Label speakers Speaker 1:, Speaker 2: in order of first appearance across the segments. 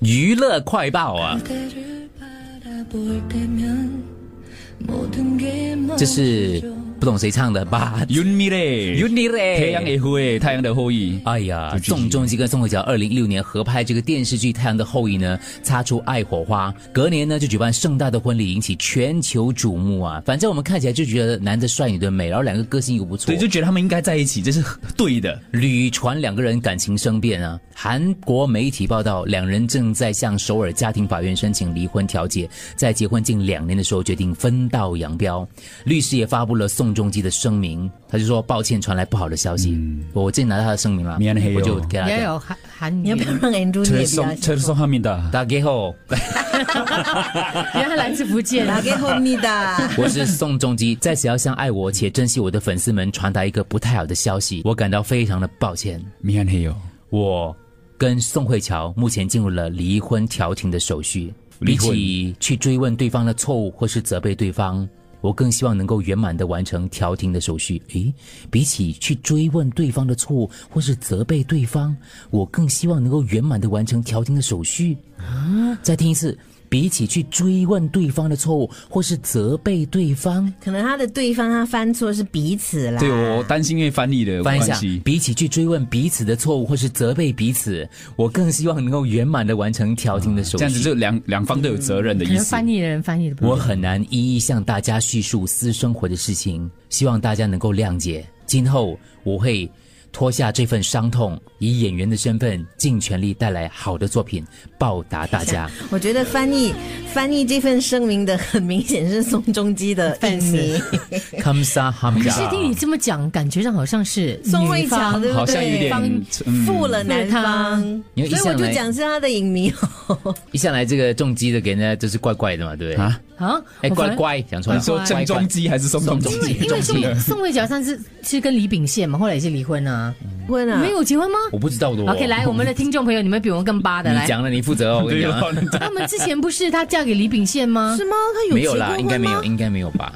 Speaker 1: 娱乐快报啊，
Speaker 2: 그대를 바라볼 때면 모든 게
Speaker 1: 这是
Speaker 2: 멈춰
Speaker 1: 不懂谁唱的吧？
Speaker 3: 云米嘞，
Speaker 1: 윤미래
Speaker 3: 太阳的后裔，太阳的后裔。
Speaker 1: 哎呀，
Speaker 3: 就
Speaker 1: 宋
Speaker 3: 是
Speaker 1: 仲基跟宋慧乔二零一六年合拍这个电视剧《太阳的后裔》呢，擦出爱火花。隔年呢就举办盛大的婚礼，引起全球瞩目啊！反正我们看起来就觉得男的帅，女的美，然后两个个性又不错，啊
Speaker 3: 对，就觉得他们应该在一起，这是对的。
Speaker 1: 屡传两个人感情生变啊！韩国媒体报道，两人正在向首尔家庭法院申请离婚调解，在结婚近两年的时候决定分道扬镳。律师也发布了宋仲基的声明，他就说抱歉传来不好的消息。我之前拿到他的声明了，
Speaker 3: 미안해요
Speaker 1: 我就给他
Speaker 4: 也
Speaker 1: 讲
Speaker 4: 有韩韩
Speaker 5: 你
Speaker 4: 语
Speaker 5: 要，不要让 Andrew 你
Speaker 3: 车
Speaker 5: 也比较
Speaker 3: 送车送他们的，
Speaker 1: 打给后，。
Speaker 4: 原来来自福建，
Speaker 5: 打给后面的
Speaker 1: 我是宋仲基，在此要向爱我且珍惜我的粉丝们传达一个不太好的消息，我感到非常的抱歉。
Speaker 3: 米安
Speaker 1: 哦
Speaker 3: 黑哟。
Speaker 1: 我跟宋慧乔目前进入了离婚调停的手续。比
Speaker 3: 离婚
Speaker 1: 起去追问对方的错误或是责备对方，我更希望能够圆满的完成调停的手续。诶，比起去追问对方的错误或是责备对方，我更希望能够圆满的完成调停的手续。啊，再听一次。比起去追问对方的错误或是责备对方，
Speaker 5: 可能他的对方他翻错是彼此啦，
Speaker 3: 对我担心因为翻译的
Speaker 1: 翻
Speaker 3: 关
Speaker 1: 一下
Speaker 3: 系，，
Speaker 1: 比起去追问彼此的错误或是责备彼此，我更希望能够圆满的完成调停的手续。
Speaker 3: 这样子就两两方都有责任的
Speaker 4: 可
Speaker 1: 嗯
Speaker 3: 意
Speaker 4: 能
Speaker 3: 思。
Speaker 4: 翻译的人翻译的不
Speaker 1: 我
Speaker 4: 对。
Speaker 1: 很难一一向大家叙述私生活的事情，希望大家能够谅解。今后我会脱下这份伤痛，以演员的身份尽全力带来好的作品，报答大家。
Speaker 5: 我觉得翻译翻译这份声明的很明显是宋仲基的
Speaker 4: 粉
Speaker 5: 印
Speaker 4: 丝
Speaker 5: 尼，
Speaker 1: 康萨哈姆
Speaker 4: 可
Speaker 1: 加
Speaker 4: 是，听你这么讲，感觉上好像是
Speaker 5: 宋慧
Speaker 4: 女
Speaker 5: 乔
Speaker 4: 方
Speaker 5: 对不
Speaker 3: 好像有
Speaker 5: 对？
Speaker 3: 点
Speaker 5: 帮
Speaker 3: 嗯
Speaker 5: 负了男方，
Speaker 1: 因为一
Speaker 5: 所以我
Speaker 1: 向
Speaker 5: 就
Speaker 1: 来
Speaker 5: 讲是他的影迷哦。
Speaker 1: 一向来这个重击的给人家就是怪怪的嘛，对不对？
Speaker 3: 啊，
Speaker 4: 啊，
Speaker 1: 哎，
Speaker 4: 我反
Speaker 1: 怪怪，
Speaker 4: 而。
Speaker 1: 讲错
Speaker 3: 你
Speaker 1: 了，
Speaker 3: 说郑中基还是宋仲
Speaker 1: 宋仲基
Speaker 3: 基？
Speaker 4: 因为宋宋慧乔上次是跟李秉宪嘛，后来也是离婚啊，
Speaker 5: 问啊
Speaker 4: 没，有结婚吗
Speaker 1: 我不知道的哦。
Speaker 4: ？OK，来，我们的听众朋友，你们比我们更巴的
Speaker 1: 你
Speaker 4: 来，
Speaker 1: 讲了，你负责哦，我跟你
Speaker 3: 对
Speaker 1: 讲
Speaker 3: 哦。，
Speaker 4: 他们之前不是她嫁给李秉宪吗
Speaker 5: 是？吗？他有
Speaker 1: 没有
Speaker 5: 结
Speaker 1: 啦，
Speaker 5: 过
Speaker 1: 应该
Speaker 5: 婚
Speaker 1: 没有，
Speaker 5: 吗？
Speaker 1: 应该没有吧？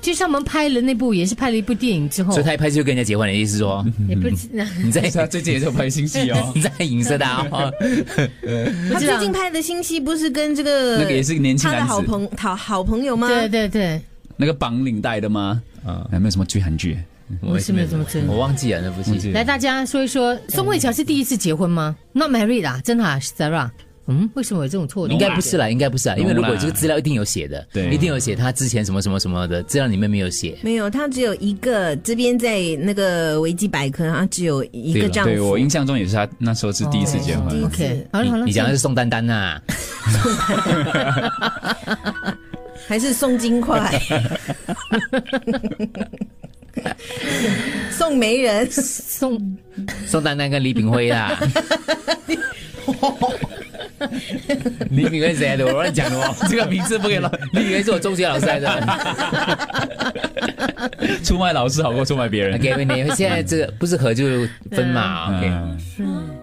Speaker 4: 就是他们拍了那部，也是拍了一部电影之后
Speaker 1: 所以，他一拍就跟人家结婚的意思说，
Speaker 4: 也不知
Speaker 1: 你在
Speaker 3: 他最近也是有啊拍新戏
Speaker 1: ，
Speaker 3: 哦
Speaker 1: 你在影射他哦。
Speaker 5: 他
Speaker 4: 不知道
Speaker 5: 最近拍的新戏不是跟这个
Speaker 3: 那个也是个年轻
Speaker 5: 他
Speaker 3: 男
Speaker 5: 的
Speaker 3: 子
Speaker 5: 好朋好好朋友 吗？
Speaker 4: 对对对，
Speaker 3: 那个绑领带的吗？
Speaker 1: 啊
Speaker 3: 啊，没有什么追韩剧，
Speaker 4: 我是没有这么真。
Speaker 1: 我忘记了那部
Speaker 3: 忘
Speaker 1: 戏
Speaker 3: 记。了
Speaker 4: 来，大家说一说，
Speaker 1: 嗯
Speaker 4: 宋慧乔是第一次结婚吗？Not married 啊，真的啊，Sarah。嗯，为什么有这种错觉？
Speaker 1: 应该不是啦，应该不是啦，因为如果这个资料一定有写的，
Speaker 3: 对
Speaker 1: 一定有写他之前什么什么什么的，资料里面没有写。
Speaker 5: 没有，他只有一个。这边在那个维基百科，他只有一
Speaker 1: 对
Speaker 5: 个
Speaker 1: 了
Speaker 5: 丈
Speaker 3: 对我
Speaker 5: 夫。哦
Speaker 3: 印象中也是他那时候是第一次结
Speaker 5: 第
Speaker 3: 婚
Speaker 5: 一。
Speaker 4: OK，好了好了，
Speaker 1: 你讲的是宋丹丹呐，
Speaker 5: 还是宋金块，宋媒人，
Speaker 4: 宋
Speaker 1: 宋丹丹跟李炳辉啦。李炳辉是谁来的？我乱讲的哦，这个名字不可以乱。李炳辉是我中学老师来的。
Speaker 3: 出卖老师好过出卖别人。
Speaker 1: OK，你现在这个不是合就分嘛
Speaker 3: 嗯
Speaker 1: ？OK，